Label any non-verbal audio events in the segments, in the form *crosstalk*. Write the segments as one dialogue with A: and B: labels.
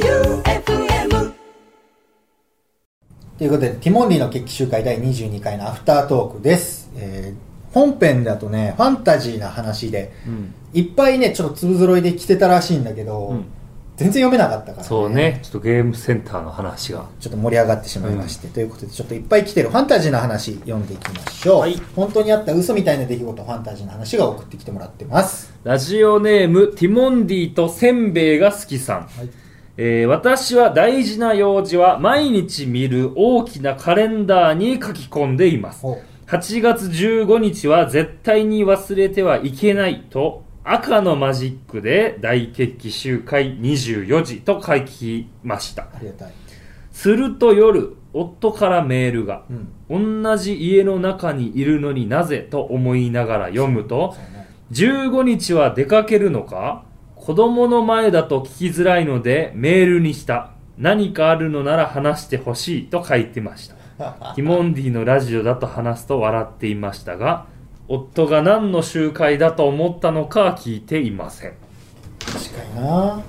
A: J-O-E-U-F-M
B: ということで、ティモンディの決起集会第22回のアフタートークです。えー本編だとね、ファンタジーな話で、
C: うん
B: いっぱいね、ちょっと粒揃いで来てたらしいんだけど、
C: うん
B: 全然読めなかったから、
C: そう。ね、ちょっとゲームセンターの話が。
B: ちょっと盛り上がってしまいまして、ということで、ちょっといっぱい来てるファンタジーの話読んでいきましょう。
C: はい
B: 本当にあった嘘みたいな出来事、ファンタジーの話が送ってきてもらってます。
C: ラジオネーム、ティモンディとせんべいが好きさん。えー私は大事な用事は毎日見る大きなカレンダーに書き込んでいます。
B: お
C: 8月15日は絶対に忘れてはいけないと赤のマジックで大決起集会24時と書きました。
B: ありがたい。
C: すると夜、夫からメールが。
B: うん。
C: 同じ家の中にいるのになぜと思いながら読むと
B: そうね
C: 15日は出かけるのか子供の前だと聞きづらいのでメールにした何かあるのなら話してほしいと書いてましたティモンディのラジオだと話すと笑っていましたが夫が何の集会だと思ったのかは聞いていません
B: 確かに
C: *laughs*
B: な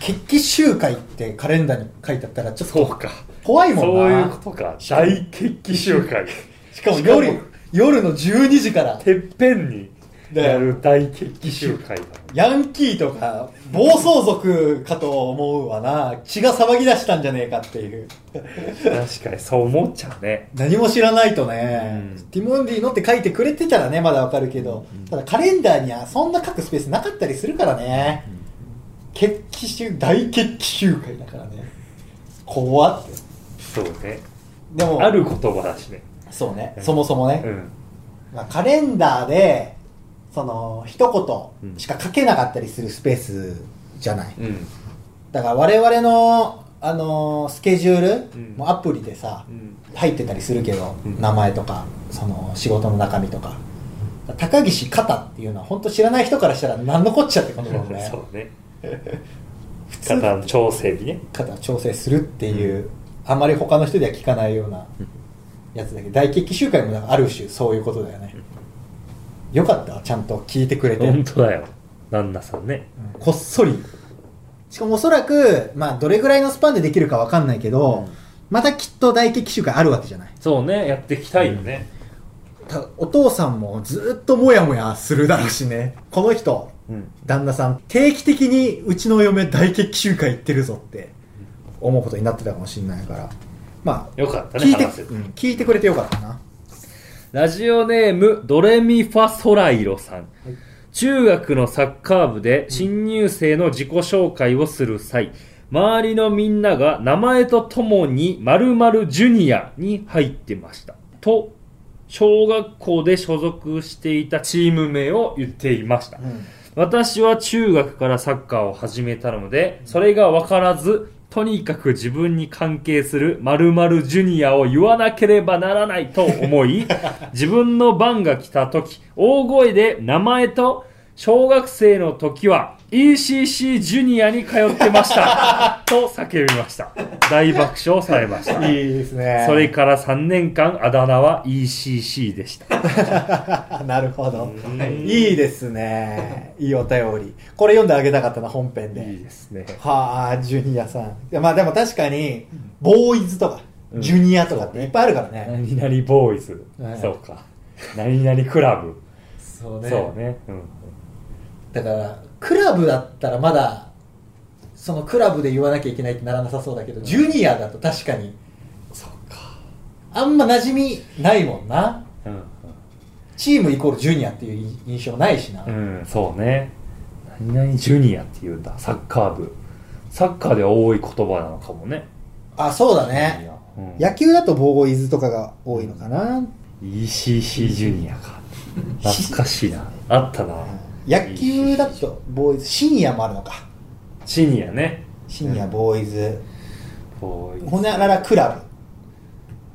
B: 決起集会ってカレンダーに書いてあったら、ちょっ
C: そう
B: と
C: か
B: 怖いもん
C: そう
B: な。
C: いうことか大決起集会
B: しかも
C: し
B: 夜
C: かも、
B: 夜の12時から、
C: てっぺんにやる大決起集会だ
B: ヤンキーとか、暴走族かと思うわな。血が騒ぎ出したんじゃねえかっていう。
C: 確かにそう思っちゃうね
B: 何も知らないとね、
C: うん
B: ティモンディのって書いてくれてたらね、まだわかるけど、ただカレンダーにはそんな書くスペースなかったりするからね。決起集、大決起集会だからね。怖って。
C: そうね
B: でも、
C: ある言葉だしね
B: そうね、
C: うん
B: そもそもね。
C: うん
B: まあ、カレンダーで、その、一言しか書けなかったりするスペースじゃない。
C: うん
B: だから我々の、あのースケジュール、
C: うん
B: もうアプリでさ、
C: うん
B: 入ってたりするけど、
C: うん
B: 名前とか、その仕事の中身とか。高岸肩っていうのは本当知らない人からしたら何のこっちゃってこのことね。
C: *laughs* そうね
B: 普通
C: 肩の調整日ね
B: 肩調整するっていう、あまり他の人では聞かないようなやつだけど、大決起集会もなんかある種そういうことだよね。よかったわちゃんと聞いてくれて。
C: 本当だよ旦那さんね
B: こっそり。しかもおそらく、まあ、どれぐらいのスパンでできるかわかんないけど、
C: うん
B: またきっと大激集会あるわけじゃない。
C: そうねやっていきたいよね
B: たお父さんもずっともやもやするだろうしね。この人、
C: うん
B: 旦那さん、定期的にうちの嫁大激集会行ってるぞって思うことになってたかもしれないから。まあ、
C: よかったね
B: 聞いて、
C: 話せて
B: うん聞いてくれてよかったな。
C: ラジオネームドレミファソライロさん、中学のサッカー部で新入生の自己紹介をする際、周りのみんなが名前とともに〇〇ジュニアに入ってましたと小学校で所属していたチーム名を言っていました、私は中学からサッカーを始めたので、それが分からず、とにかく自分に関係する〇〇ジュニアを言わなければならないと
B: *laughs*
C: 思い、自分の番が来た時、大声で名前と、小学生の時は ECC ジュニアに通って
B: *laughs*
C: ました。と叫びました。大爆笑されました。
B: いいですね。
C: それから3年間あだ名は ECC でした。
B: あなるほど
C: うん。
B: いいですね。いいお便り。これ読んであげたかったな、本編で。
C: いいですね。
B: はあ、ジュニアさん。いやまあでも確かに、ボーイズとか、
C: うん
B: ジュニアとかっていっぱいあるからね。
C: 何々ボーイズ、
B: はい
C: そうか何々クラブ、
B: そ
C: そうね、うん、
B: だから、クラブだったらまだ、そのクラブで言わなきゃいけないってならなさそうだけど、ジュニアだと確かに、
C: そうか、
B: あんま馴染みないもんな。
C: うん
B: チームイコールジュニアっていう印象ないしな。
C: うん、そうね何々ジュニアっていうんだサッカー部サッカーでは多い言葉なのかもね
B: あ、そうだ
C: ジュニ
B: ね。
C: アうん、
B: 野球だとボーイズとかが多いのかな。
C: ECC ジュニアか懐かしいなあったな
B: 野球だとボーイズ、シニアもあるのか。
C: シニアね
B: シニア、ボーイズ、
C: ボーイズ
B: ほにゃららクラブ、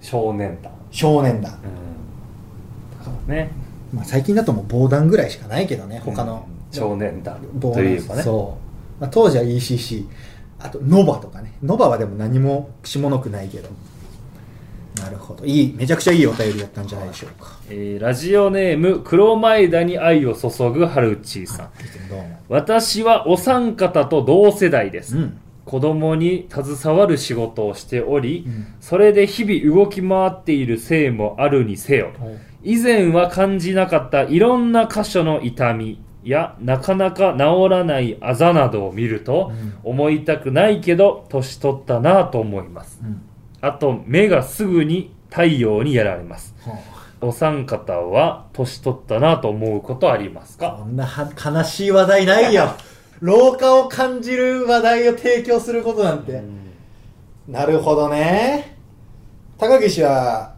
C: 少年団
B: 少年団。
C: うんそうね
B: まあ、最近だともう防弾ぐらいしかないけどね他の
C: うん少年団
B: 防
C: と
B: 弾
C: いえばね
B: そう、まあ、当時は ECC あとノバとかねノバはでも何も下のくないけどなるほど。いい、めちゃくちゃいいお便りだったんじゃないでしょうか。
C: えーラジオネーム黒前田に愛を注ぐ春内さん、
B: どうも。
C: 私はお三方と同世代です、
B: うん。
C: 子供に携わる仕事をしており、
B: うん
C: それで日々動き回っているせいもあるにせよ以前は感じなかったいろんな箇所の痛みやなかなか治らないあざなどを見ると、
B: う
C: 思いたくないけど年取ったなぁと思います
B: うん。
C: あと目がすぐに太陽にやられますお三方は年取ったなぁと思うことありますか
B: こんなは悲しい話題ない *laughs* よ。老化を感じる話題を提供することなんて。なるほどね。高岸は、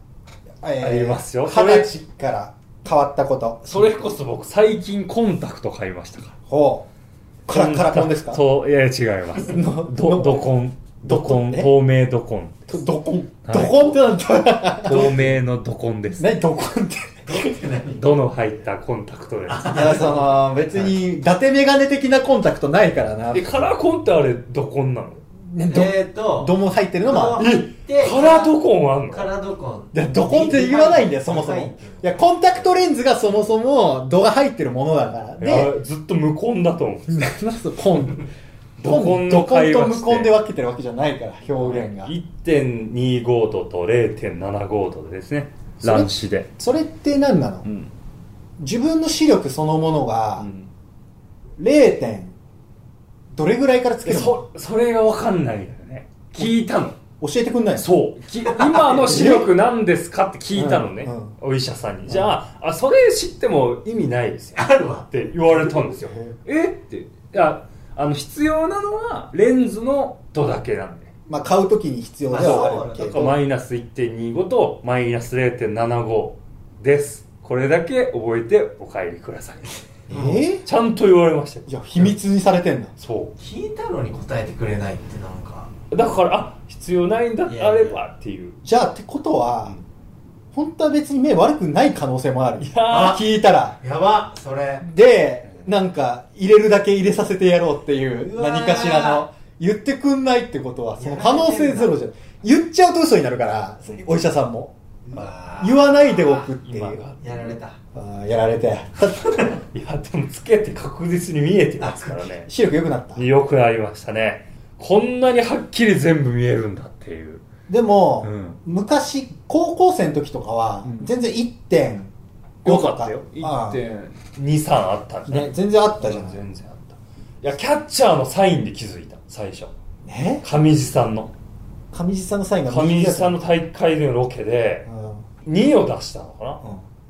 B: え
C: ありますよ
B: 二十歳から変わったこと。
C: それこそ僕最近コンタクト買いましたから
B: ほう。カラカラコンですか
C: そういや違います
B: の
C: ど
B: の
C: ドコンドコ
B: ドコン
C: ン
B: ね
C: 透明ドコン
B: とドコン。
C: は
B: ド
C: い
B: コンってなんだ *laughs*
C: 透明のドコンです
B: 何ドコン *laughs* って。
C: どの入ったコンタクトです
B: いや、その、別に、伊達メガネ的なコンタクトないからな。
C: えカラーコンってあれドコンなの
B: ねど
D: えーと、
B: ドも入ってるのもある。
D: で
C: カラードコンはあんの
D: カラードコン。
B: いや、ドコンって言わないんだよ、そもそも。いや、コンタクトレンズがそもそも、度が入ってるものだから。
C: いや
B: で、
C: ずっと無コンだと思う
B: なんすコ
C: *laughs*
B: ン。
C: ドコン
B: ド
C: の
B: コン
C: 会
B: と
C: 話
B: 無
C: して
B: コンで分けてるわけじゃないから、表現が。
C: 1.25度と0.75度でですね
B: それ
C: 乱視で
B: それって何なの
C: うん、
B: 自分の視力そのもの
C: う
B: が、
C: ん、
B: 0. 点どれぐらいからつけ
C: で
B: るの教
C: そそれが分かんないんだよね聞いたの
B: えてくんないの
C: そうき今の視力何ですかって聞いたのね、
B: うんうん
C: お医者さんに、じゃああそれ知っても意味ないですよ
D: あるわ。
C: って言われたんですよえっていやあの必要なのはレンズの度だけなんで
B: まあ、買うときに必要ではあるけ
D: えっ
C: だから
B: ど。
C: マイナス1.25とマイナス0.75ですこれだけ覚えてお帰りください
B: えー
C: ちゃんと言われましたよ
B: いや、秘密にされてんだ。
C: そ
D: 聞いたのに答えてくれないってなんか。
C: うだからあ必要ないんだ
D: いやいや
C: あればっていう
B: じゃあ、ってことは、本当は別に目悪くない可能性もある。
C: やー
B: 聞いたら。
D: やば、それ。
B: で、なんか、入れるだけ入れさせてやろうっていう、
D: うわー
B: 何かしらの、言ってくんないってことは、その
D: や
B: 可
D: られてんだ
B: 能性ゼロじゃん。言っちゃうと嘘になるから、お医者さんも。
D: うわ
B: 言わないでおくってい
C: 今
B: う
C: が。
D: やられた。
B: あーやられて。
C: いやでもつけて確実に見えてますからね
B: 視力良くなった。
C: よくなりましたねこんなにはっきり全部見えるんだっていう
B: でも、
C: うん
B: 昔、高校生の時とかは、
C: うん
B: 全然1.5
C: よ
B: と
C: かったよ
B: あー
C: 1.23あったんじゃない
B: ね、全然あったじゃない。
C: 全然あったいやキャッチャーのサインで気づいた最初
B: ね
C: 上地さんの
B: 上地さんのサインが
C: 上地さんの
B: う
C: 大会でのロケで
B: んうん
C: 2を出したのかな、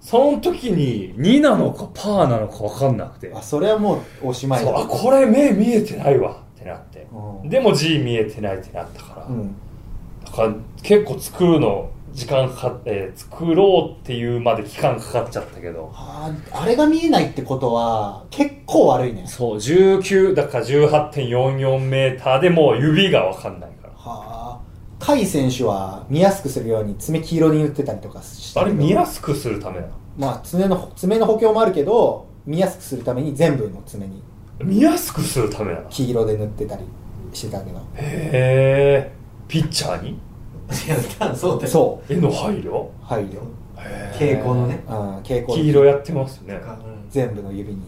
C: その時に2なのかパーなのか分かんなくて
B: あそれはもうおしまいだ
C: そうあこれ目見えてないわってなって、
B: うん
C: でも G 見えてないってなったから、
B: うん
C: だから結構作るの時間かかって作ろうっていうまで期間かかっちゃったけど
B: あーあれが見えないってことは結構悪いね
C: そう19だから18.44メーターでもう指が分かんないから
B: はあ甲斐選手は見やすくするように爪黄色に塗ってたりとかして
C: あれ見や
B: す
C: すくするためなの
B: まあ爪の爪の補強もあるけど見やすくするために全部の爪に
C: 見やすくするためなのへ
B: 黄色で塗ってたりしてたけど
C: えピッチャーに
D: いや、多分そうだよ。
B: そ
C: 絵の配慮
B: う配慮
D: 蛍光のね。
B: うん蛍光
C: 黄色やってますね
D: うん
B: 全部の指に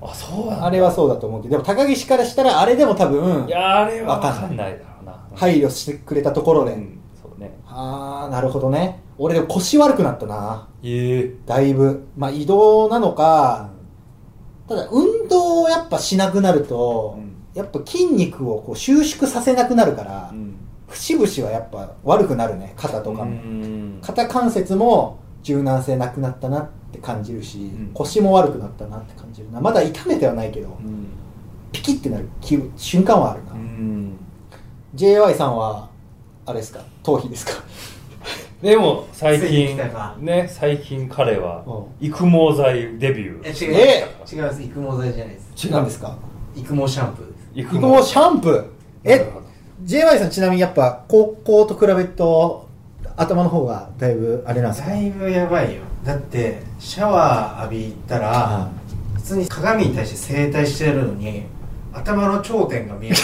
C: あそうなんだ
B: あれはそうだと思うけどでも高岸からしたらあれでも多分
C: いやあれは
B: わ
C: 分
B: か
C: か
B: ん
C: ん
B: な
C: ないだろうな
B: 配慮してくれたところで、
C: うんそうね
B: ああなるほどね俺でも腰悪くなったな
C: ええ
B: だいぶまあ移動なのかただ運動をやっぱしなくなると、
C: うん
B: やっぱ筋肉をこう収縮させなくなるから、
C: うん
B: 節々はやっぱ悪くなるね肩とかも、
C: うん
B: 肩関節も柔軟性なくなったなって感じるし、
C: ん
B: 腰も悪くなったなって感じるなまだ痛めてはないけど、
C: うん
B: ピキってなる気瞬間はあるな、
C: うん
B: JY さんはあれですか頭皮ですか
C: でも最
D: ついに来
C: 近
D: たか
C: ね最近彼は
B: う
C: 育毛剤デビュ
D: え、
C: ー
D: 違う。
B: え
D: 違います。育毛剤じゃないです。
B: 違うんですか
D: 育毛シャンプーです。
C: 育
B: 育毛シャンプー
C: なる
B: え
C: ほど
B: JY さんちなみにやっぱ高校と比べると頭の方がだいぶあれなんですか
D: だいぶやばいよだってシャワー浴びたら、普通に鏡に対して正対してるのに頭の頂点が見える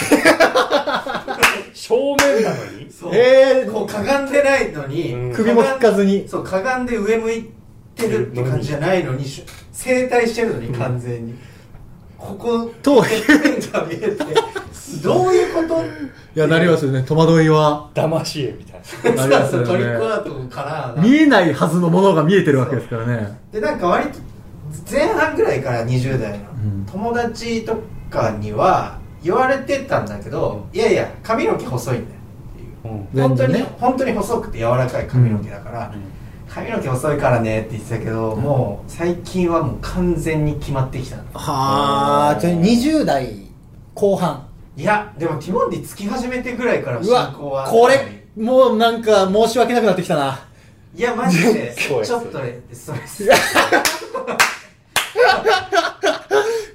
C: 正面なのに
D: そう
B: えー
D: こうかがんでないのに、
C: うん
B: 首も引かずに
D: そうかがんで上向いてるって感じじゃないのにし正対してるのに完全に、ここ
B: と
D: が見えてどういうこと
B: いやなりますよね戸惑いは
C: 騙し絵みたい
B: な
C: な。
B: り
D: そ
B: ま
D: う
B: す
D: そうトリック
B: よ
D: ア
B: ね
D: ートから
B: 見えないはずのものが見えてるわけですからね
D: でなんか割と前半ぐらいから20代の、
B: ん
D: 友達とかには言われてたんだけど、いやいや髪の毛細いんだよっていう
C: うん
B: 全
D: 本当
B: 然
D: に、
B: ね
D: 本当に細くて柔らかい髪の毛だから、髪の毛細いからねって言ってたけど、もう最近はもう完全に決まってきた
B: はあちょ20代後半
D: いやでもティモンディつき始めてぐらいから
B: う
D: 進
B: わ
D: 行は
B: これもうなんか申し訳なくなってきたない
D: やマジ
B: *laughs*
D: でち
C: そ
D: ょ
C: う
D: っ
C: です
D: とねそうです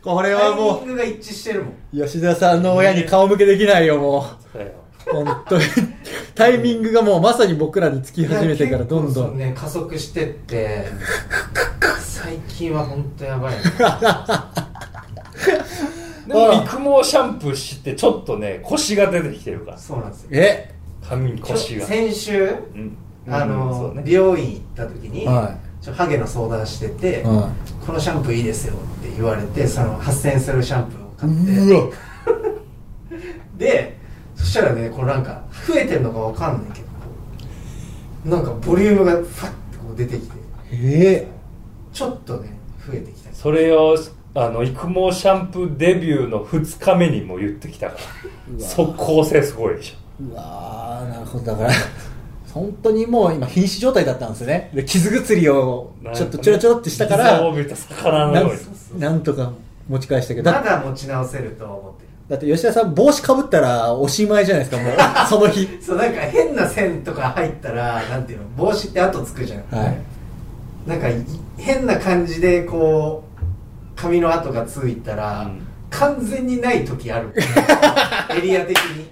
B: これ
D: タ
B: は
D: イミ
B: も
D: ングが一致してるもん
B: う吉田さんの親に顔向けできないよも
C: そうだよ
B: う本当にタイミングがもうまさに僕らにつき始めてからどん
D: いや結構
B: ど
D: そうんね加速してって最近は本当や
B: *laughs*
D: ばいね
C: でも育毛シャンプーしてちょっとね腰が出てきてるから
D: そうなんですよ
B: え
C: 髪に腰が
D: 先週
C: うん
D: あ
C: うんそ
D: の、
C: うね
D: 美容院行った時に、
B: は
D: ちょハゲの相談してて、
B: いは
D: このシャンプーいいですよって言われてその8000円するシャンプーを買って
B: うわ
D: でそしたらねこうなんか増えてるのかわかんないけどこうなんかボリュームがファッてこう出てきて
B: え
D: ちょっとね増えてきた
C: それをあの育毛シャンプーデビューの2日目にも言ってきたから即効性すごいでしょ
B: うわーなるほどだから *laughs* 本当にもう今瀕死状態だったんですねで傷薬をちょっとちょろちょろってしたか
C: なん
B: ら
C: ね水を帯びた魚の
B: な
C: よ
B: ん
C: うに
B: なんとか持ち返したけど
D: ま
B: だ
D: だ持ち直せると思ってる
B: だって吉田さん帽子かぶったらおしまいじゃないですかもう *laughs* その日
D: そうなんか変な線とか入ったらなんていうの帽子って後つくじゃん、
B: はい
D: なんかい変な感じでこう髪の跡がついたら、
C: うん
D: 完全にない時ある
B: *laughs*
D: エリア的に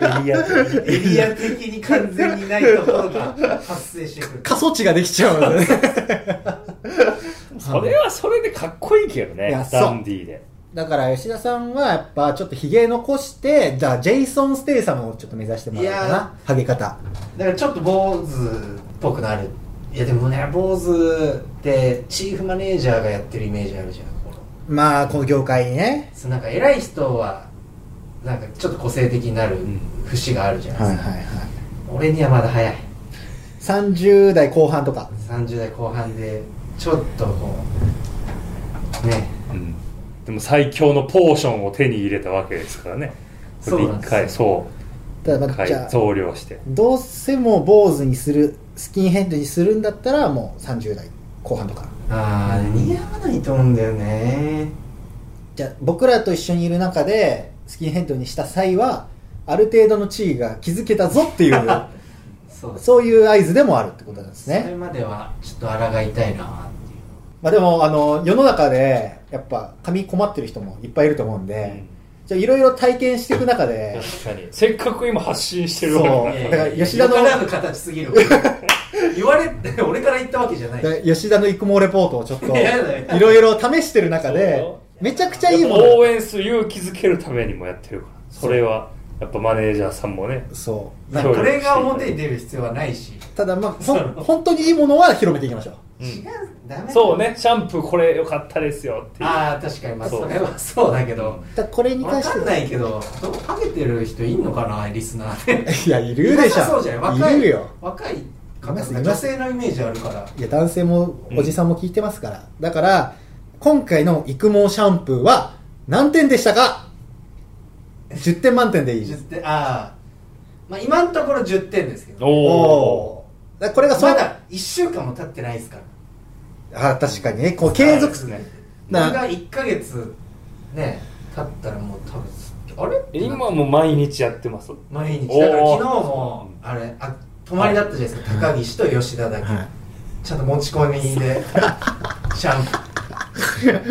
C: エリア的に
D: エリア的に完全にないところが発生してくる
B: 過疎地ができちゃうの
D: *laughs*
B: ね
C: それはそれでかっこいいけどね
B: いやそう
C: ダンディーで
B: だから吉田さんはやっぱちょっとひげ残してじゃあジェイソン・ステイサムをちょっと目指してもらおうか
D: い
B: な
D: や
B: ハゲ方
D: だからちょっと坊主っぽくなるいやでもね坊主ってチーフマネージャーがやってるイメージあるじゃんこの
B: まあこの業界にね
D: そうなんか偉い人はなんかちょっと個性的になる
C: ん
D: 節があるじゃない
B: は
D: で
B: い
D: す
B: はい
D: か、
B: はい
D: 俺にはまだ早い
B: 30代後半とか
D: 30代後半でちょっとこうね
C: うんでも最強のポーションを手に入れたわけですからねそれで一回そう
B: ただまあじゃ
C: 改
B: あ
C: 増量して
B: どうせもう坊主にするスキンヘッドにするんだったらもう30代後半とか
D: ああ似合わないと思うんだよね
B: じゃあ僕らと一緒にいる中でスキンヘッドにした際はある程度の地位が築けたぞっていう
D: そうです
B: そういう合図でもあるってことなんです
D: それ
B: ね、
D: まではちょっと抗いたいなっていう
B: まあ、でもあの世の中でやっぱ髪困ってる人もいっぱいいると思うんで、じゃあいろいろ体験していく中で
C: 確かにせっかく今発信してるわけ
B: そうい
C: だか
B: や
C: ら
B: いやだから吉田の
D: よからぬ形すぎるわ言われ *laughs* て俺から言ったわけじゃない
B: で吉田の育毛レポートをちょっと
D: やだよ
B: いろいろ試してる中
C: そう
B: で
C: よ
B: めちゃくちゃいいもの
C: 応援する勇気づけるためにもやってるからそれはやっぱマネージャーさんもね
B: そう
C: そう
B: なんか
D: これが表に出る必要はないし、
B: ただ
D: *laughs*
B: まあほん本当にいいものは広めていきましょう
D: 違うダメだ
C: そうねシャンプーこれ良かったですよっていう
D: ああ確かにまあ
C: そう
D: それはそうだけど
B: だからこれに
D: わ
B: 関して
D: かんないけどどうハゲてる人いんのかなリスナーで
B: いやいるでし
D: なさそうじゃない
B: ょ
D: 若い
B: いるよ
D: 若い方
B: いますいます
D: 女性のイメージあるから
B: いや男性もおじさんも聞いてますから、だから今回の育毛シャンプーは何点でしたか10点満点でいい
D: 10点ああまあ今のところ10点ですけど
C: おお
B: ーだからこれがそう
D: まだ1週間も経ってないですから
B: あ確かにねこう継続
D: ですね
B: な
D: 僕が1ヶ月ね経ったらもう多分あれ
C: 今も毎日やって *laughs* ます
D: 毎
C: お
D: 日
C: ー
D: だから昨日もあれあ泊まりだったじゃないですか高岸と吉田だけ、
B: は
D: ちゃんと持ち込
B: *laughs*
D: みでシャンプ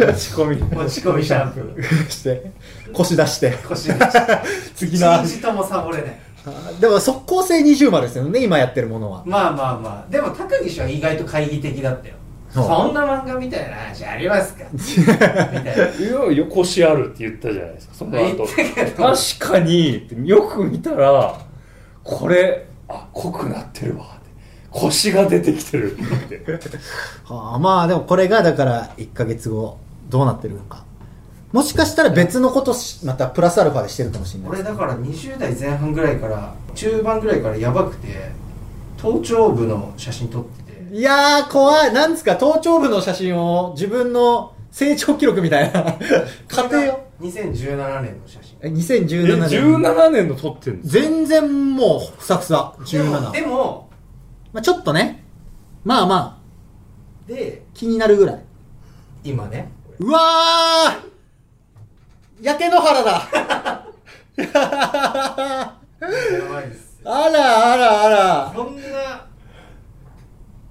C: 打ち込 *laughs* み
D: ー持ち込みシャンプー
B: い *laughs* して腰出して
D: *laughs* 腰にして
B: 次の
D: 一日ともサボれない
B: あ *laughs* でも即効性20までですよね今やってるものは
D: まあまあまあでも高岸は意外と懐疑的だったよ
B: そう
D: そんな漫画みたいな話あり
B: *laughs*
D: ますかみたいない
C: やいや腰あるって言ったじゃないですかその
D: 言
C: 後
D: ったけど
C: 確かにってよく見たらこれあ濃くなってるわって腰が出てきてる *laughs* って言って
B: はあ、まあでもこれがだから1ヶ月後どうなってるのかもしかしたら別のことしまたプラスアルファでしてるかもしれない
D: 俺だから20代前半ぐらいから中盤ぐらいからやばくて頭頂部の写真撮ってて
B: いやー怖いなんですか頭頂部の写真を自分の成長記録みたいな家庭を
D: 2017年の写真
B: え
C: え
B: 2017年
C: 17年の撮ってんです
B: 全然もうふさふさ
D: で
B: 17
D: もでも
B: まあ、ちょっとねまあまあ
D: で
B: 気になるぐらい
D: 今ね
B: うわー焼け野原だ
D: やばいです
B: *laughs*
D: よ
B: あらあらあら
D: こんな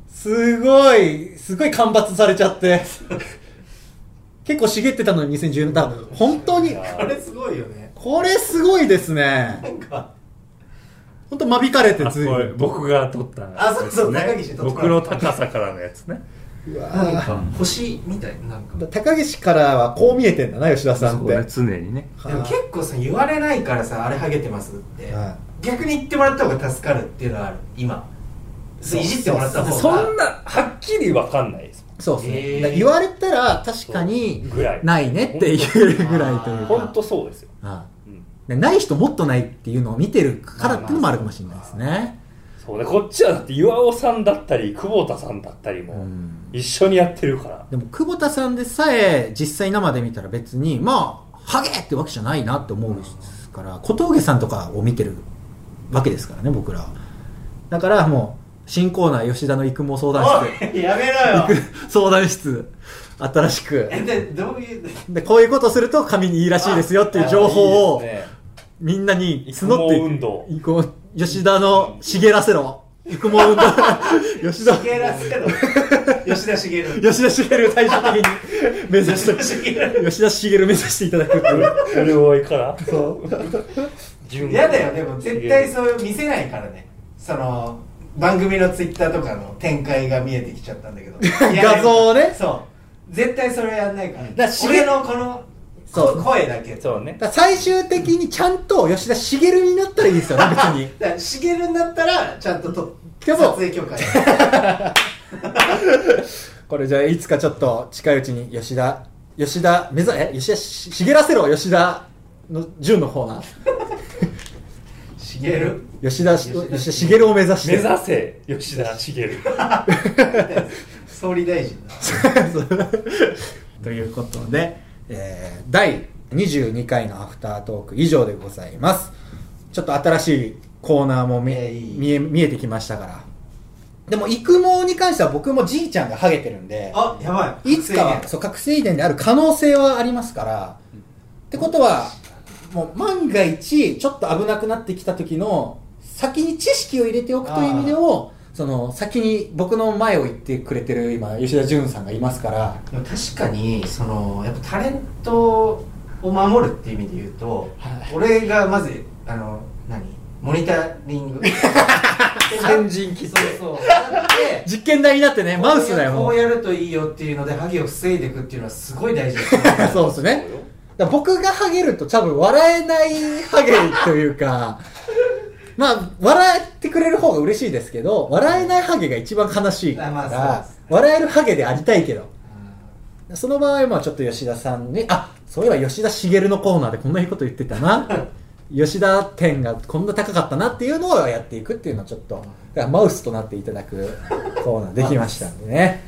B: すごい、すごい間伐されちゃって。結構茂ってたのに2017。だから本当に、
D: あれすごいよね
B: これすごいですね。
D: なんか
B: 本当間引かれて
C: あ
B: つい。
C: これ僕が撮った
D: あそうそう
C: やつ
D: 高岸撮った
C: 僕の高さからのやつね
B: うわ
D: なん
B: ぁ
D: か星みたいなんかで
B: 高岸からはこう見えてんだな、吉田さんって。
C: 常にね
D: も結構さ言われないからさあれハゲてますって
B: は
D: 逆に言ってもらった方が助かるっていうのはある今 *laughs* そういじってもらった方が
C: そんなはっきり分かんないです
B: そうですね。
D: へ
B: だ
D: ー
B: から言われたら確かに
C: ぐらい
B: ないねって言えるぐらいというか。
C: 本当そうですよ、
B: は
C: うん
B: いでない人もっとないっていうのを見てるからっていうのもあるかもしれないですね。
C: そうねこっちはだって岩尾さんだったり久保田さんだったり
B: う
C: も
B: ん
C: 一緒にやってるから、 *laughs*
B: でも久保田さんでさえ実際生で見たら別にまあハゲってわけじゃないなって思うですから小峠さんとかを見てるわけですからね僕らはだからもう新コーナー吉田の育毛相談室
D: おいやめろよ
B: 相談室新しく
D: えでどういう
B: でこういうことすると髪にいいらしいですよっていう情報を
C: いいですね
B: みんなに
C: 育
B: 募って
C: 毛
B: いく
C: 運動
B: 育毛吉田の茂らせろ育毛運
C: *laughs*
B: 動吉田
D: 茂らせろ吉田茂る
B: 吉田茂を対照的に目指して
D: 吉田茂
B: 吉田茂目指していただくっていう
C: 潤いから
B: そう
C: *laughs* 順
D: 嫌だよでも絶対それを見せないからねその番組のツイッターとかの展開が見えてきちゃったんだけど
B: *laughs* 画像をね
D: そう絶対それやんないから
B: だからしげ
D: 俺のこの
B: そう
D: 声だけ
C: そうね
B: だから最終的にちゃんと吉田茂になったらいいです *laughs* よね別に
D: だからしげるんだったらちゃんとと
B: で
D: 撮
B: も
D: 影許可
B: *laughs* これじゃあいつかちょっと近いうちに吉田吉田目指え吉田し茂らせろ吉田の順の方な
D: しげる
B: 吉田し吉田茂を目指して
C: 目指せ吉田茂
D: 総理大臣だ
B: *laughs* ということで、えー第22回のアフタートーク以上でございますちょっと新しいコーナーも見
D: いや
B: え
D: いい
B: 見え見えてきましたからでも育毛に関しては僕もじいちゃんがハゲてるんで
D: あやばい
B: いつかはそう覚醒遺伝である可能性はありますから、ってことはもう万が一ちょっと危なくなってきた時の先に知識を入れておくという意味でをその先に僕の前を行ってくれてる今吉田純さんがいますから
D: でも確かにそのやっぱタレントを守るっていう意味で言うと、
B: はい
D: 俺がまずあの何モニタ
B: *laughs*
D: リング
C: 先陣切って
D: そうそうやって
B: 実験台になってねマウスだよ
D: こ
B: も
D: う
B: う
D: やるといいよっていうのでハゲを防いでいくっていうのはすごい大事です
B: *laughs* そうですねだから僕がハゲると多分笑えないハゲというか *laughs* まあ笑ってくれる方が嬉しいですけど笑えないハゲが一番悲しいから、
D: あまあそうです
B: 笑えるハゲでありたいけどその場合はちょっと吉田さんに、あそういえば吉田茂のコーナーでこんないいこと言ってたな。 *laughs* 吉田店がこんな高かったなっていうのをやっていくっていうのをちょっと、だからマウスとなっていただくコーナーできましたんでね。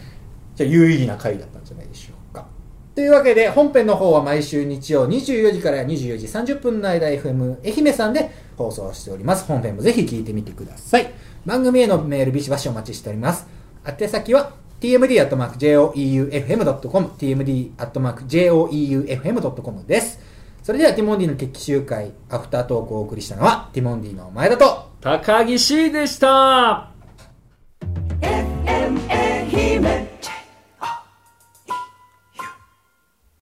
B: じゃあ有意義な回だったんじゃないでしょうか。というわけで本編の方は毎週日曜24時から24時30分の間 FM 愛媛さんで放送しております。本編もぜひ聞いてみてください。番組へのメールビシバシお待ちしております。宛先は tmd.joeufm.com tmd.joeufm.com です。それではティモンディの決起集会アフタートークをお送りしたのはティモンディの前田と
C: 高岸でした